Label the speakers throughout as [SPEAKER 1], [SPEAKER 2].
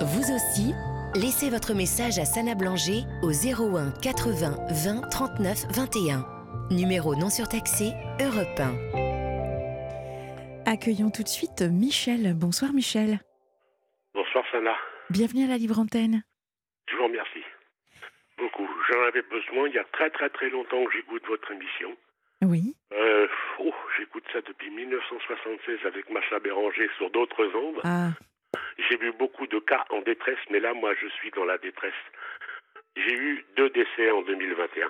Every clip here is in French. [SPEAKER 1] Vous aussi, laissez votre message à Sana Blanger au 01 80 20 39 21. Numéro non surtaxé, Europe 1.
[SPEAKER 2] Accueillons tout de suite Michel. Bonsoir Michel.
[SPEAKER 3] Bonsoir Sana.
[SPEAKER 2] Bienvenue à la Libre Antenne.
[SPEAKER 3] Je vous remercie. Beaucoup. J'en avais besoin il y a très très très longtemps que j'écoute votre émission.
[SPEAKER 2] Oui.
[SPEAKER 3] Euh, oh, j'écoute ça depuis 1976 avec Macha Béranger sur d'autres ondes.
[SPEAKER 2] Ah,
[SPEAKER 3] J'ai vu beaucoup de cas en détresse, mais là, moi, je suis dans la détresse. J'ai eu deux décès en 2021.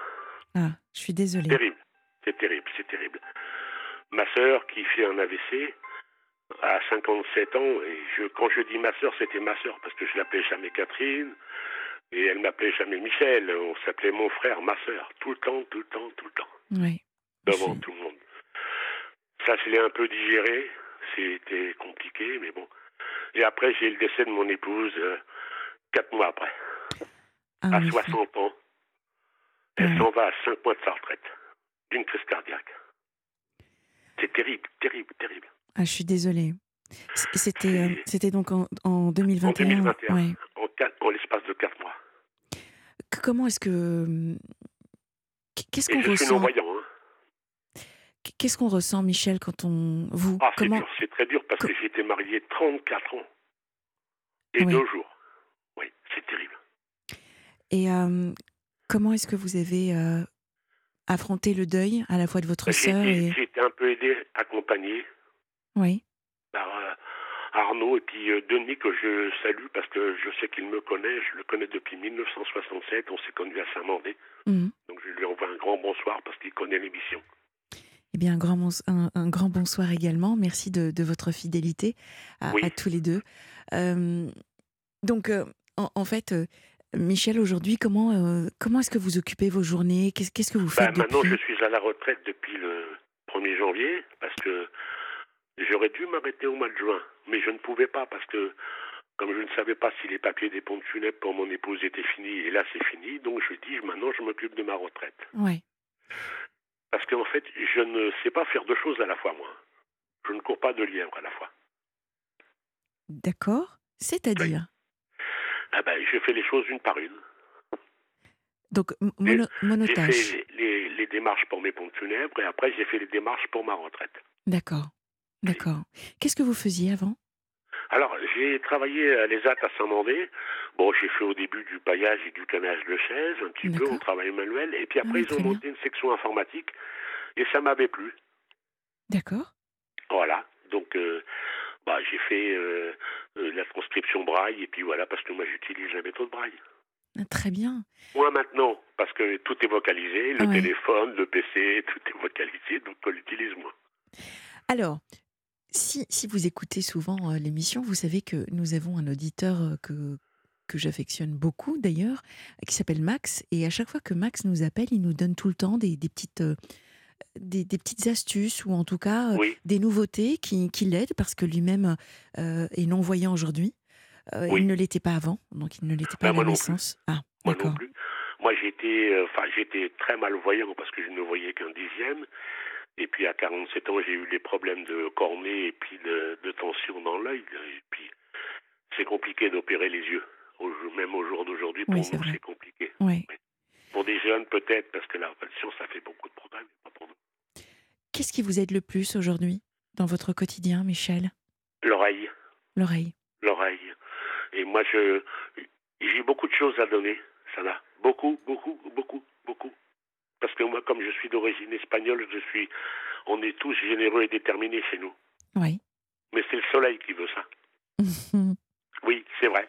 [SPEAKER 2] ah, je suis désolée.
[SPEAKER 3] Terrible. C'est terrible, c'est terrible. Ma sœur qui fit un AVC à 57 ans, et je, quand je dis ma sœur, c'était ma sœur, parce que je l'appelais jamais Catherine, et elle m'appelait jamais Michel, on s'appelait mon frère, ma sœur, tout le temps, tout le temps, tout le temps
[SPEAKER 2] Oui.
[SPEAKER 3] devant
[SPEAKER 2] Je-
[SPEAKER 3] tout le monde. Ça, je l'ai un peu digéré. C'était compliqué, mais bon. Et après, j'ai eu le décès de mon épouse euh, quatre mois après,
[SPEAKER 2] Ah,
[SPEAKER 3] à
[SPEAKER 2] oui.
[SPEAKER 3] 60 ans. Elle
[SPEAKER 2] Ouais.
[SPEAKER 3] s'en va à cinq mois de sa retraite, d'une crise cardiaque. C'est terrible, terrible, terrible.
[SPEAKER 2] Ah, je suis désolée. C- C'était, euh,
[SPEAKER 3] C'est-
[SPEAKER 2] c'était donc en, en 2021.
[SPEAKER 3] 2021.
[SPEAKER 2] ouais.
[SPEAKER 3] En, quatre- en l'espace de quatre mois.
[SPEAKER 2] Qu- Comment est-ce que. qu- Qu'est-ce
[SPEAKER 3] Et
[SPEAKER 2] qu'on
[SPEAKER 3] je suis
[SPEAKER 2] ressent
[SPEAKER 3] non-voyant. hein.
[SPEAKER 2] Qu- Qu'est-ce qu'on ressent, Michel, quand on. Vous
[SPEAKER 3] Ah, c'est
[SPEAKER 2] comment
[SPEAKER 3] dur, c'est très dur parce que j'ai été marié 34 ans et
[SPEAKER 2] Oui.
[SPEAKER 3] deux jours. Oui, c'est terrible.
[SPEAKER 2] Et euh, comment est-ce que vous avez euh, affronté le deuil à la fois de votre
[SPEAKER 3] J'ai
[SPEAKER 2] sœur
[SPEAKER 3] été-
[SPEAKER 2] et.
[SPEAKER 3] j'ai été un peu aidé, accompagné.
[SPEAKER 2] Oui.
[SPEAKER 3] par euh, Arnaud et puis euh, Denis que je salue parce que je sais qu'il me connaît, je le connais depuis 1967, on s'est connu à Saint-Mandé,
[SPEAKER 2] Mhm.
[SPEAKER 3] donc je lui envoie un grand bonsoir parce qu'il connaît l'émission.
[SPEAKER 2] Eh bien, un grand, bons- un, un grand bonsoir également. Merci de, de votre fidélité à,
[SPEAKER 3] Oui.
[SPEAKER 2] à tous les deux. Euh, donc, euh, en, en fait, euh, Michel, aujourd'hui, comment, euh, comment est-ce que vous occupez vos journées Qu'est-ce qu'est-ce que vous
[SPEAKER 3] Bah,
[SPEAKER 2] faites
[SPEAKER 3] maintenant
[SPEAKER 2] depuis
[SPEAKER 3] je suis à la retraite depuis le 1er janvier parce que j'aurais dû m'arrêter au mois de juin, mais je ne pouvais pas parce que comme je ne savais pas si les papiers des pompes funèbres pour mon épouse étaient finis, et là c'est fini, donc je dis maintenant je m'occupe de ma retraite.
[SPEAKER 2] Ouais.
[SPEAKER 3] Parce qu'en fait, je ne sais pas faire deux choses à la fois, moi. Je ne cours pas de lièvre à la fois.
[SPEAKER 2] D'accord. C'est-à-dire
[SPEAKER 3] Ah ben, je fais les choses une par une.
[SPEAKER 2] Donc, m- mono-
[SPEAKER 3] J'ai
[SPEAKER 2] monotâche.
[SPEAKER 3] fait les, les- les démarches pour mes pompes funèbres et après j'ai fait les démarches pour ma retraite.
[SPEAKER 2] D'accord. D'accord. Qu'est-ce que vous faisiez avant
[SPEAKER 3] Alors, j'ai travaillé à l'ESAT à Saint-Mandé. Bon, j'ai fait au début du paillage et du canage de chaises, un petit peu,
[SPEAKER 2] D'accord.
[SPEAKER 3] on travail manuel. Et puis
[SPEAKER 2] Ah
[SPEAKER 3] après,
[SPEAKER 2] oui,
[SPEAKER 3] ils ont
[SPEAKER 2] très bien.
[SPEAKER 3] monté une section informatique et ça m'avait plu.
[SPEAKER 2] D'accord.
[SPEAKER 3] Voilà. Donc, euh, bah, j'ai fait euh, euh, la transcription braille et puis voilà, parce que moi j'utilise la méthode braille.
[SPEAKER 2] Ah, Très bien.
[SPEAKER 3] Moi maintenant, parce que tout est vocalisé, le
[SPEAKER 2] Ah ouais.
[SPEAKER 3] téléphone, le PC, tout est vocalisé, donc on l'utilise moins.
[SPEAKER 2] Alors, si, si vous écoutez souvent euh, l'émission, vous savez que nous avons un auditeur euh, que, que j'affectionne beaucoup d'ailleurs, euh, qui s'appelle Max. Et à chaque fois que Max nous appelle, il nous donne tout le temps des, des petites, euh, des, des petites astuces ou en tout cas euh,
[SPEAKER 3] Oui,
[SPEAKER 2] des nouveautés qui, qui l'aident parce que lui-même euh, est non-voyant aujourd'hui. Euh,
[SPEAKER 3] Oui.
[SPEAKER 2] Il ne l'était pas avant, donc il ne l'était pas
[SPEAKER 3] Bah,
[SPEAKER 2] à
[SPEAKER 3] moi
[SPEAKER 2] la
[SPEAKER 3] non plus.
[SPEAKER 2] naissance. Ah,
[SPEAKER 3] moi non
[SPEAKER 2] d'accord.
[SPEAKER 3] plus. Moi j'étais, euh, enfin j'étais très malvoyant parce que je ne voyais qu'un dixième. Et puis à 47 ans, j'ai eu des problèmes de cornée et puis de, de tension dans l'œil. Et puis c'est compliqué d'opérer les yeux. Au- même au jour d'aujourd'hui, pour
[SPEAKER 2] Oui, c'est
[SPEAKER 3] nous,
[SPEAKER 2] vrai.
[SPEAKER 3] c'est compliqué.
[SPEAKER 2] Ouais.
[SPEAKER 3] Pour des jeunes, peut-être, parce que la science, ça fait beaucoup de problèmes. mais pas pour nous.
[SPEAKER 2] Qu'est-ce qui vous aide le plus aujourd'hui dans votre quotidien, Michel
[SPEAKER 3] L'oreille.
[SPEAKER 2] L'oreille.
[SPEAKER 3] l'oreille. Et moi, je j'ai beaucoup de choses à donner, ça va. Beaucoup, beaucoup, beaucoup, beaucoup. Parce que moi, comme je suis d'origine espagnole, je suis, on est tous généreux et déterminés chez nous.
[SPEAKER 2] Oui.
[SPEAKER 3] Mais c'est le soleil qui veut ça. Oui, c'est vrai.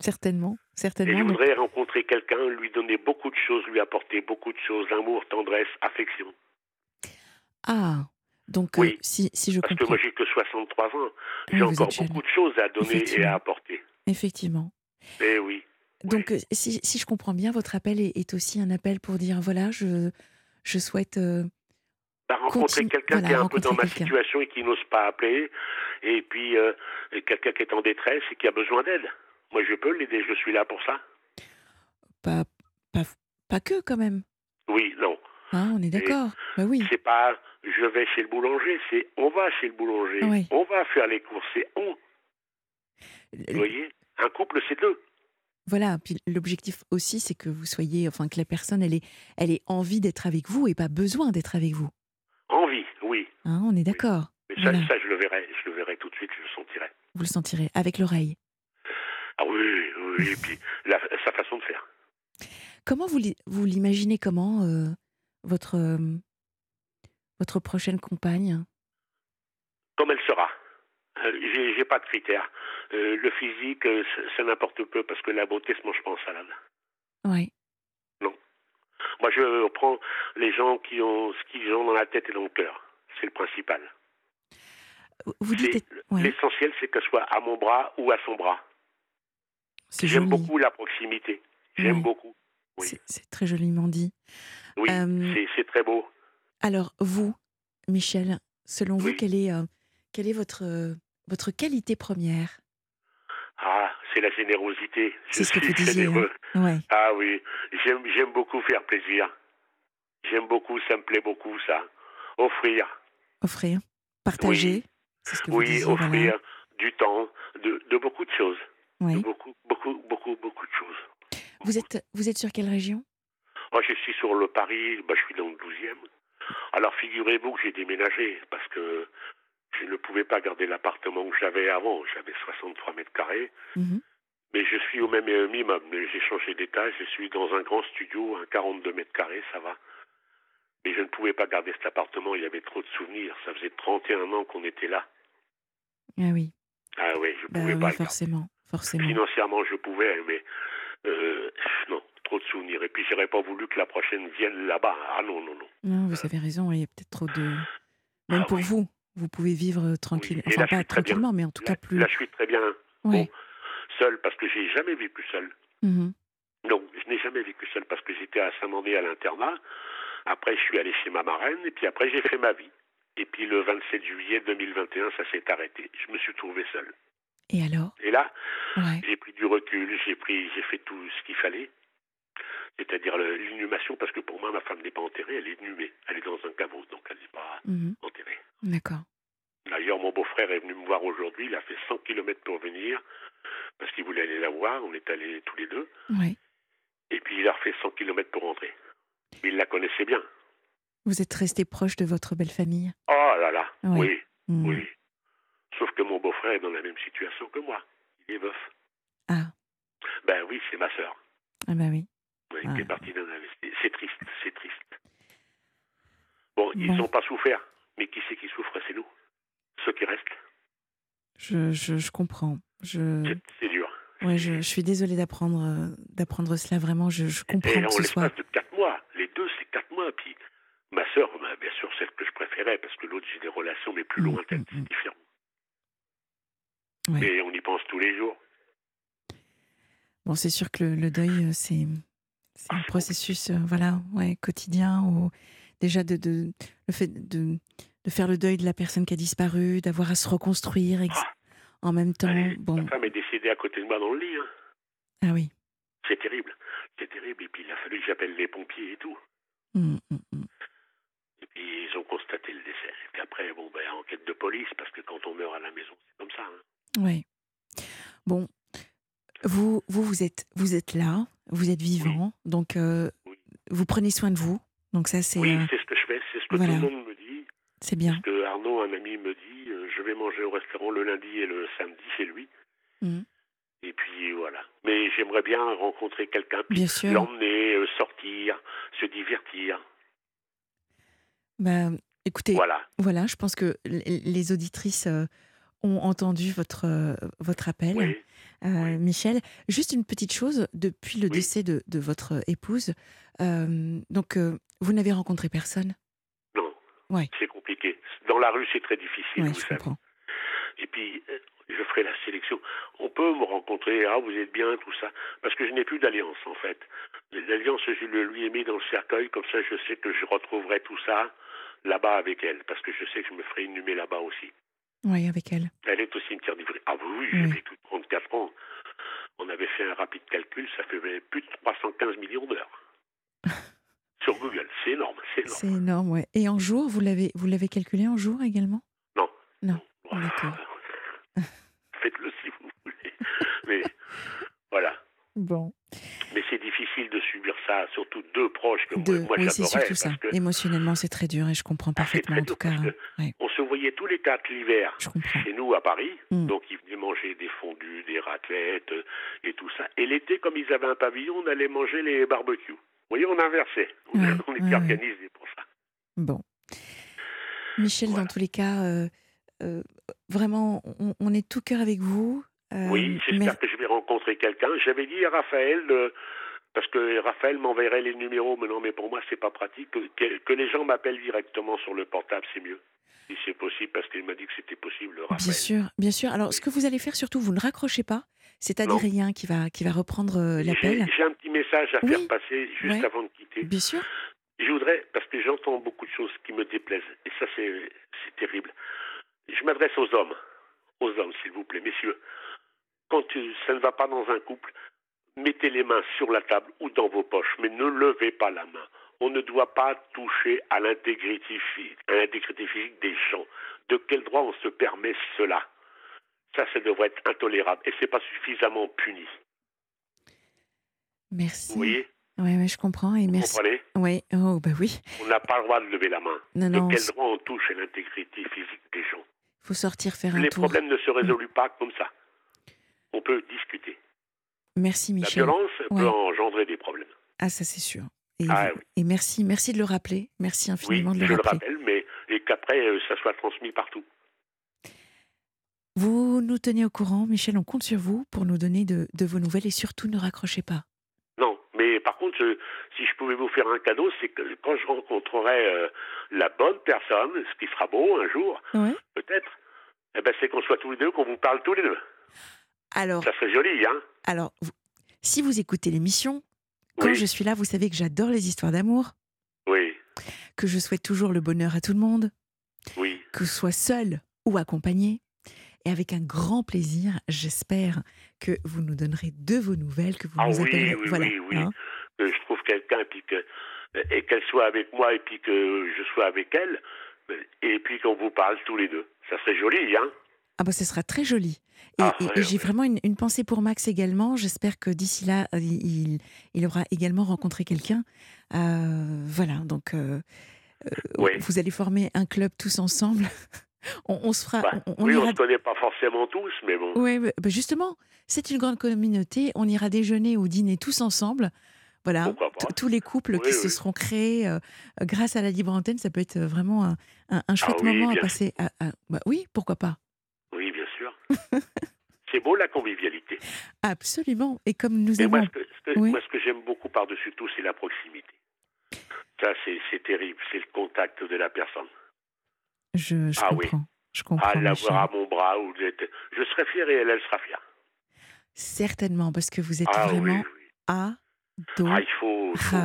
[SPEAKER 2] Certainement,
[SPEAKER 3] Et je
[SPEAKER 2] certainement. donc-
[SPEAKER 3] voudrais rencontrer quelqu'un, lui donner beaucoup de choses, lui apporter beaucoup de choses, amour, tendresse, affection.
[SPEAKER 2] Ah, donc
[SPEAKER 3] Oui.
[SPEAKER 2] euh, si, si je
[SPEAKER 3] Parce que
[SPEAKER 2] comprends.
[SPEAKER 3] moi, j'ai que 63 ans.
[SPEAKER 2] Oui,
[SPEAKER 3] J'ai
[SPEAKER 2] vous
[SPEAKER 3] encore
[SPEAKER 2] êtes jeune.
[SPEAKER 3] beaucoup de choses à donner et
[SPEAKER 2] Effectivement.
[SPEAKER 3] à apporter.
[SPEAKER 2] Effectivement.
[SPEAKER 3] Eh oui.
[SPEAKER 2] Donc, euh, si, si je comprends bien, votre appel est, est aussi un appel pour dire voilà, je, je souhaite. euh,
[SPEAKER 3] Bah, rencontrer
[SPEAKER 2] Continue-
[SPEAKER 3] quelqu'un qui est
[SPEAKER 2] voilà,
[SPEAKER 3] un peu dans ma
[SPEAKER 2] rencontrer quelqu'un.
[SPEAKER 3] situation et qui n'ose pas appeler, et puis euh, et quelqu'un qui est en détresse et qui a besoin d'aide. Moi, je peux l'aider, je suis là pour ça.
[SPEAKER 2] pas, pas, pas que, quand même.
[SPEAKER 3] Oui, non.
[SPEAKER 2] Hein, on est d'accord. Bah oui.
[SPEAKER 3] C'est pas je vais chez le boulanger, c'est on va chez le boulanger,
[SPEAKER 2] Oui.
[SPEAKER 3] on va faire les courses, c'est on.
[SPEAKER 2] Le-
[SPEAKER 3] Vous voyez Un couple, c'est deux.
[SPEAKER 2] Voilà, puis l'objectif aussi, c'est que vous soyez, enfin que la personne, elle ait, elle ait envie d'être avec vous et pas besoin d'être avec vous.
[SPEAKER 3] Envie, oui.
[SPEAKER 2] Hein, on est d'accord.
[SPEAKER 3] Mais ça,
[SPEAKER 2] Voilà.
[SPEAKER 3] ça, je le verrai. Je le verrai tout de suite, je le sentirai.
[SPEAKER 2] Vous le sentirez avec l'oreille.
[SPEAKER 3] Ah oui, oui. Et puis, la- sa façon de faire.
[SPEAKER 2] Comment vous l'i- vous l'imaginez comment euh, votre euh, votre prochaine compagne
[SPEAKER 3] Comme elle sera. Euh, J'ai j'ai pas de critères. Euh, le physique, euh, c'est- c'est n'importe peu parce que la beauté se mange pas en salade.
[SPEAKER 2] Ouais.
[SPEAKER 3] Moi, je prends les gens qui ont ce qu'ils ont dans la tête et dans le cœur. C'est le principal.
[SPEAKER 2] Vous- Vous dites
[SPEAKER 3] C'est-
[SPEAKER 2] être- ouais,
[SPEAKER 3] L'essentiel, c'est que ce soit à mon bras ou à son bras.
[SPEAKER 2] c'est
[SPEAKER 3] J'aime
[SPEAKER 2] joli.
[SPEAKER 3] beaucoup la proximité. J'aime
[SPEAKER 2] Oui.
[SPEAKER 3] beaucoup. oui.
[SPEAKER 2] C'est- C'est très joliment dit.
[SPEAKER 3] Oui,
[SPEAKER 2] Euh,
[SPEAKER 3] c'est- c'est très beau.
[SPEAKER 2] Alors vous, Michel, selon vous,
[SPEAKER 3] Oui.
[SPEAKER 2] quelle est euh, quelle est votre euh, votre qualité première
[SPEAKER 3] Ah, c'est la générosité. Je
[SPEAKER 2] C'est ce que
[SPEAKER 3] suis
[SPEAKER 2] vous disiez, hein.
[SPEAKER 3] généreux.
[SPEAKER 2] Ouais.
[SPEAKER 3] Ah oui, j'aime j'aime beaucoup faire plaisir. J'aime beaucoup, ça me plaît beaucoup ça. Offrir,
[SPEAKER 2] Offrir, partager. C'est ce que vous
[SPEAKER 3] oui,
[SPEAKER 2] disiez, voilà.
[SPEAKER 3] offrir du temps, de, de beaucoup de choses,
[SPEAKER 2] Ouais.
[SPEAKER 3] de beaucoup, beaucoup, beaucoup, beaucoup de choses.
[SPEAKER 2] Vous êtes vous êtes sur quelle région
[SPEAKER 3] Moi, je suis sur le Paris, bah, je suis dans le 12e. Alors, figurez-vous que j'ai déménagé parce que je ne pouvais pas garder l'appartement que j'avais avant. J'avais 63 mètres carrés.
[SPEAKER 2] Mhm.
[SPEAKER 3] Mais je suis au même euh, immeuble. mais J'ai changé d'étage. Je suis dans un grand studio, un 42 mètres carrés, ça va. Mais je ne pouvais pas garder cet appartement. Il y avait trop de souvenirs. Ça faisait 31 ans qu'on était là.
[SPEAKER 2] Ah oui.
[SPEAKER 3] Ah oui, je ne
[SPEAKER 2] Bah
[SPEAKER 3] pouvais
[SPEAKER 2] oui,
[SPEAKER 3] pas. le garder.
[SPEAKER 2] forcément, forcément.
[SPEAKER 3] Financièrement, je pouvais, mais euh, non, trop de souvenirs. Et puis, j'aurais pas voulu que la prochaine vienne là-bas. Ah non, non, non.
[SPEAKER 2] Non, vous avez raison, il y a peut-être trop de. Même
[SPEAKER 3] Ah
[SPEAKER 2] pour
[SPEAKER 3] oui.
[SPEAKER 2] vous, vous pouvez vivre tranquille.
[SPEAKER 3] et
[SPEAKER 2] Enfin,
[SPEAKER 3] là, je
[SPEAKER 2] pas
[SPEAKER 3] suis très bien.
[SPEAKER 2] tranquillement, mais en tout
[SPEAKER 3] là,
[SPEAKER 2] cas plus.
[SPEAKER 3] là, je suis très bien
[SPEAKER 2] Ouais.
[SPEAKER 3] seul parce que j'ai jamais vécu seul.
[SPEAKER 2] Mhm.
[SPEAKER 3] Non, je n'ai jamais vécu seul parce que j'étais à Saint-Mandé à l'internat. Après, je suis allé chez ma marraine et puis après, j'ai fait ma vie. Et puis le 27 juillet 2021, ça s'est arrêté. Je me suis trouvé seul.
[SPEAKER 2] Et alors
[SPEAKER 3] Et là,
[SPEAKER 2] Ouais.
[SPEAKER 3] j'ai pris du recul, j'ai pris, j'ai fait tout ce qu'il fallait, c'est-à-dire le- l'inhumation, parce que pour moi, ma femme n'est pas enterrée, elle est inhumée, elle est dans un caveau, donc elle n'est pas
[SPEAKER 2] Mhm.
[SPEAKER 3] enterrée.
[SPEAKER 2] D'accord.
[SPEAKER 3] D'ailleurs, mon beau-frère est venu me voir aujourd'hui, il a fait 100 km pour venir, parce qu'il voulait aller la voir, on est allés tous les deux,
[SPEAKER 2] Ouais.
[SPEAKER 3] et puis il a refait 100 km pour rentrer. Mais il la connaissait bien.
[SPEAKER 2] Vous êtes resté proche de votre belle famille.
[SPEAKER 3] Oh là là,
[SPEAKER 2] Ouais.
[SPEAKER 3] oui,
[SPEAKER 2] Mhm.
[SPEAKER 3] oui. Sauf que mon beau-frère est dans la même situation que moi, il est veuf.
[SPEAKER 2] Ah,
[SPEAKER 3] Ben oui, c'est ma sœur,
[SPEAKER 2] ah bah oui.
[SPEAKER 3] Oui,
[SPEAKER 2] Ah.
[SPEAKER 3] qui est partie d'un investi- C'est triste, c'est triste. Bon, ils
[SPEAKER 2] Bon.
[SPEAKER 3] n'ont pas souffert, mais qui c'est qui souffre C'est nous, ceux qui restent.
[SPEAKER 2] Je, je, je comprends. Je,
[SPEAKER 3] C'est- C'est dur.
[SPEAKER 2] ouais, je, je suis désolée d'apprendre euh, d'apprendre cela vraiment. Je, je
[SPEAKER 3] Et
[SPEAKER 2] comprends
[SPEAKER 3] en
[SPEAKER 2] que ce soit.
[SPEAKER 3] l'espace de quatre mois, les deux, c'est quatre mois. Puis ma sœur, ben, bien sûr, celle que je préférais, parce que l'autre, j'ai des relations, mais plus
[SPEAKER 2] Mm,
[SPEAKER 3] lointaines,
[SPEAKER 2] mm, mm.
[SPEAKER 3] c'est différent.
[SPEAKER 2] Ouais.
[SPEAKER 3] Mais on y pense tous les jours.
[SPEAKER 2] Bon, c'est sûr que le, le deuil, euh, c'est c'est
[SPEAKER 3] Ah,
[SPEAKER 2] un
[SPEAKER 3] c'est
[SPEAKER 2] processus euh, voilà, ouais, quotidien. Où, déjà, de, de- le fait de, de faire le deuil de la personne qui a disparu, d'avoir à se reconstruire ex-
[SPEAKER 3] Ah.
[SPEAKER 2] en même temps.
[SPEAKER 3] Allez,
[SPEAKER 2] bon,
[SPEAKER 3] Ma femme est décédée à côté de moi dans le lit. hein.
[SPEAKER 2] ah oui.
[SPEAKER 3] C'est terrible. C'est terrible. Et puis il a fallu que j'appelle les pompiers et tout.
[SPEAKER 2] Mm, mm, mm.
[SPEAKER 3] Et puis ils ont constaté le décès. Et puis après, bon, ben, enquête de police, parce que quand on meurt à la maison, c'est comme ça. hein.
[SPEAKER 2] Ouais. Bon, vous, vous, vous, êtes, vous êtes là, vous êtes vivant, donc euh,
[SPEAKER 3] Oui.
[SPEAKER 2] vous prenez soin de vous. Donc, ça, c'est
[SPEAKER 3] Oui,
[SPEAKER 2] euh,
[SPEAKER 3] c'est ce que je fais, c'est ce que
[SPEAKER 2] voilà.
[SPEAKER 3] tout le monde me dit.
[SPEAKER 2] c'est bien.
[SPEAKER 3] Que Arnaud, un ami, me dit euh, je vais manger au restaurant le lundi et le samedi chez lui.
[SPEAKER 2] Mhm.
[SPEAKER 3] Et puis voilà. Mais j'aimerais bien rencontrer quelqu'un, puis
[SPEAKER 2] Bien sûr.
[SPEAKER 3] l'emmener, euh, sortir, se divertir.
[SPEAKER 2] Bah, écoutez,
[SPEAKER 3] Voilà.
[SPEAKER 2] Voilà, je pense que l- les auditrices euh, ont entendu votre, euh, votre appel,
[SPEAKER 3] Oui.
[SPEAKER 2] Euh,
[SPEAKER 3] oui.
[SPEAKER 2] Michel. Juste une petite chose, depuis le
[SPEAKER 3] Oui.
[SPEAKER 2] décès de, de votre épouse, euh, donc euh, vous n'avez rencontré personne
[SPEAKER 3] Non.
[SPEAKER 2] Ouais.
[SPEAKER 3] C'est compliqué. Dans la rue, c'est très difficile,
[SPEAKER 2] Oui,
[SPEAKER 3] vous
[SPEAKER 2] je
[SPEAKER 3] savez.
[SPEAKER 2] comprends.
[SPEAKER 3] Et puis, euh, je ferai la sélection. On peut me rencontrer, ah, vous êtes bien, tout ça. Parce que je n'ai plus d'alliance, en fait. L'alliance, je le lui ai mis dans le cercueil, comme ça, je sais que je retrouverai tout ça là-bas avec elle. Parce que je sais que je me ferai inhumer là-bas aussi.
[SPEAKER 2] Oui, avec elle.
[SPEAKER 3] Elle est au cimetière d'Ivry. Ah oui, oui, j'ai
[SPEAKER 2] Oui.
[SPEAKER 3] vécu 34 ans. On avait fait un rapide calcul, ça fait plus de 315 millions d'heures. Sur Google, c'est énorme, c'est énorme.
[SPEAKER 2] C'est énorme, ouais. Et en jour, vous l'avez vous l'avez calculé en jour également
[SPEAKER 3] Non.
[SPEAKER 2] Non, d'accord.
[SPEAKER 3] Faites-le si vous voulez. Mais
[SPEAKER 2] Bon.
[SPEAKER 3] Mais c'est difficile de subir ça, surtout deux proches comme
[SPEAKER 2] Deux.
[SPEAKER 3] moi.
[SPEAKER 2] oui, c'est
[SPEAKER 3] j'adorais,
[SPEAKER 2] surtout ça.
[SPEAKER 3] parce que
[SPEAKER 2] Émotionnellement, c'est très dur et je comprends
[SPEAKER 3] Ah, c'est
[SPEAKER 2] parfaitement,
[SPEAKER 3] très
[SPEAKER 2] en tout
[SPEAKER 3] dur,
[SPEAKER 2] cas.
[SPEAKER 3] parce
[SPEAKER 2] hein. Ouais,
[SPEAKER 3] On se voyait tous les quatre l'hiver
[SPEAKER 2] je comprends.
[SPEAKER 3] chez nous à Paris.
[SPEAKER 2] Mm.
[SPEAKER 3] Donc ils venaient manger des fondus, des raclettes euh, et tout ça. Et l'été, comme ils avaient un pavillon, on allait manger les barbecues. Vous voyez, on inversait. On,
[SPEAKER 2] Ouais,
[SPEAKER 3] on était
[SPEAKER 2] ouais, ouais.
[SPEAKER 3] organisés pour ça.
[SPEAKER 2] Bon. Michel,
[SPEAKER 3] Voilà.
[SPEAKER 2] dans tous les cas, euh, euh, vraiment, on, on est de tout cœur avec vous. Euh,
[SPEAKER 3] oui, j'espère
[SPEAKER 2] mer-
[SPEAKER 3] que je vais rencontrer quelqu'un. J'avais dit à Raphaël, euh, parce que Raphaël m'enverrait les numéros, mais non, mais pour moi, c'est pas pratique. Que, que- que les gens m'appellent directement sur le portable, c'est mieux. Si c'est possible, parce qu'il m'a dit que c'était possible, Raphaël.
[SPEAKER 2] Bien sûr, bien sûr. Alors, ce
[SPEAKER 3] Oui.
[SPEAKER 2] que vous allez faire, surtout, vous ne raccrochez pas. C'est-à-dire
[SPEAKER 3] Non.
[SPEAKER 2] rien qui va, qui va reprendre euh,
[SPEAKER 3] J'ai
[SPEAKER 2] l'appel.
[SPEAKER 3] j'ai un petit message à
[SPEAKER 2] Oui.
[SPEAKER 3] faire passer juste
[SPEAKER 2] Ouais.
[SPEAKER 3] avant de quitter.
[SPEAKER 2] Bien sûr.
[SPEAKER 3] Je voudrais, parce que j'entends beaucoup de choses qui me déplaisent, et ça c'est c'est terrible. Je m'adresse aux hommes, aux hommes s'il vous plaît, messieurs. Quand euh, ça ne va pas dans un couple, mettez les mains sur la table ou dans vos poches, mais ne levez pas la main. On ne doit pas toucher à l'intégrité physique, à l'intégrité physique des gens. De quel droit on se permet cela Ça, ça devrait être intolérable et c'est pas suffisamment puni.
[SPEAKER 2] Merci.
[SPEAKER 3] Vous voyez
[SPEAKER 2] Ouais, ouais, je comprends et
[SPEAKER 3] Vous
[SPEAKER 2] merci.
[SPEAKER 3] comprenez
[SPEAKER 2] Ouais. Oh, bah oui.
[SPEAKER 3] On n'a pas le droit de lever la main.
[SPEAKER 2] Non, Ah non.
[SPEAKER 3] De quel
[SPEAKER 2] s-
[SPEAKER 3] droit on touche à l'intégrité physique des gens
[SPEAKER 2] Faut sortir faire un
[SPEAKER 3] Les
[SPEAKER 2] tour.
[SPEAKER 3] problèmes ne se
[SPEAKER 2] Mm.
[SPEAKER 3] résolvent pas comme ça. On peut discuter.
[SPEAKER 2] Merci, Michel.
[SPEAKER 3] La violence
[SPEAKER 2] Ouais.
[SPEAKER 3] peut engendrer des problèmes.
[SPEAKER 2] Ah, ça c'est sûr. Et,
[SPEAKER 3] Ah, oui.
[SPEAKER 2] et merci, merci de le rappeler. Merci
[SPEAKER 3] Oui,
[SPEAKER 2] infiniment de
[SPEAKER 3] je
[SPEAKER 2] le
[SPEAKER 3] le
[SPEAKER 2] rappeler.
[SPEAKER 3] rappelle, mais et qu'après euh, ça soit transmis partout.
[SPEAKER 2] vous nous tenez au courant, Michel. On compte sur vous pour nous donner de, de vos nouvelles et surtout ne raccrochez pas.
[SPEAKER 3] Non, mais par contre, euh, si je pouvais vous faire un cadeau, c'est que quand je rencontrerai euh, la bonne personne, ce qui sera beau un jour,
[SPEAKER 2] Ouais.
[SPEAKER 3] peut-être, eh ben, c'est qu'on soit tous les deux, qu'on vous parle tous les deux.
[SPEAKER 2] Alors,
[SPEAKER 3] Ça serait joli, hein
[SPEAKER 2] alors, vous- si vous écoutez l'émission, quand
[SPEAKER 3] Oui.
[SPEAKER 2] je suis là, vous savez que j'adore les histoires d'amour,
[SPEAKER 3] Oui,
[SPEAKER 2] que je souhaite toujours le bonheur à tout le monde,
[SPEAKER 3] oui.
[SPEAKER 2] que ce soit seul ou accompagné. Et avec un grand plaisir, j'espère que vous nous donnerez de vos nouvelles, que vous
[SPEAKER 3] Ah
[SPEAKER 2] nous
[SPEAKER 3] oui,
[SPEAKER 2] appellerez.
[SPEAKER 3] oui,
[SPEAKER 2] voilà.
[SPEAKER 3] oui, oui.
[SPEAKER 2] hein.
[SPEAKER 3] que je trouve quelqu'un puis que euh, et qu'elle soit avec moi et puis que je sois avec elle euh, et puis qu'on vous parle tous les deux. Ça serait joli, hein
[SPEAKER 2] Ah bah ce sera très joli. Et,
[SPEAKER 3] Ah,
[SPEAKER 2] et-
[SPEAKER 3] ouais,
[SPEAKER 2] et j'ai
[SPEAKER 3] ouais.
[SPEAKER 2] vraiment une, une pensée pour Max également. J'espère que d'ici là, euh, il, il aura également rencontré quelqu'un. Euh, voilà, donc euh, euh,
[SPEAKER 3] Ouais.
[SPEAKER 2] vous allez former un club tous ensemble. on, on se fera...
[SPEAKER 3] Bah,
[SPEAKER 2] Ah, on, on
[SPEAKER 3] Oui, on
[SPEAKER 2] ira...
[SPEAKER 3] se connaît pas forcément tous, mais bon.
[SPEAKER 2] Ouais, bah, bah, justement, c'est une grande communauté. On ira déjeuner ou dîner tous ensemble. Voilà,
[SPEAKER 3] Pourquoi pas.
[SPEAKER 2] T- tous les couples
[SPEAKER 3] Oui,
[SPEAKER 2] qui se
[SPEAKER 3] oui.
[SPEAKER 2] seront créés euh, grâce à la libre antenne, ça peut être vraiment un, un- un chouette
[SPEAKER 3] Ah oui,
[SPEAKER 2] moment à
[SPEAKER 3] bien
[SPEAKER 2] passer. à- à- bah oui, pourquoi pas
[SPEAKER 3] Oui, bien sûr. C'est beau la convivialité.
[SPEAKER 2] Absolument. Et comme nous
[SPEAKER 3] Mais
[SPEAKER 2] avons
[SPEAKER 3] moi, ce que, ce que-
[SPEAKER 2] Oui.
[SPEAKER 3] moi, ce que j'aime beaucoup par-dessus tout, c'est la proximité. Ça, c'est c'est terrible. C'est le contact de la personne.
[SPEAKER 2] Je, je
[SPEAKER 3] Ah oui.
[SPEAKER 2] comprends. Je comprends.
[SPEAKER 3] Ah,
[SPEAKER 2] Michel.
[SPEAKER 3] l'avoir à mon bras, ou d'être- je serai fier et elle, elle sera fière.
[SPEAKER 2] Certainement, parce que vous êtes
[SPEAKER 3] Ah oui,
[SPEAKER 2] vraiment
[SPEAKER 3] oui. Ah,
[SPEAKER 2] adorable.
[SPEAKER 3] il faut- faut,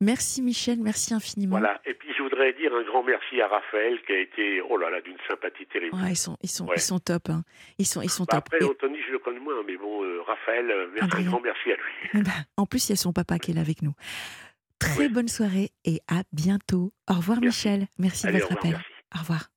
[SPEAKER 2] Merci Michel, merci infiniment.
[SPEAKER 3] Voilà. Et puis je voudrais dire un grand merci à Raphaël qui a été, oh là là, d'une sympathie terrible.
[SPEAKER 2] Ouais, Ah, ils sont, ils sont,
[SPEAKER 3] Ouais.
[SPEAKER 2] ils sont top. hein. Ils sont, ils sont
[SPEAKER 3] Bah,
[SPEAKER 2] top.
[SPEAKER 3] après,
[SPEAKER 2] Et-
[SPEAKER 3] Anthony, je le connais moins, mais bon, euh, Raphaël, euh, merci, un
[SPEAKER 2] Adrien.
[SPEAKER 3] grand merci à lui.
[SPEAKER 2] eh ben, en plus, il y a son papa qui est là avec nous. Très
[SPEAKER 3] Oui.
[SPEAKER 2] bonne soirée et à bientôt. Au revoir
[SPEAKER 3] Merci.
[SPEAKER 2] Michel. Merci de
[SPEAKER 3] Allez, au
[SPEAKER 2] votre
[SPEAKER 3] revoir,
[SPEAKER 2] appel.
[SPEAKER 3] merci.
[SPEAKER 2] Au revoir.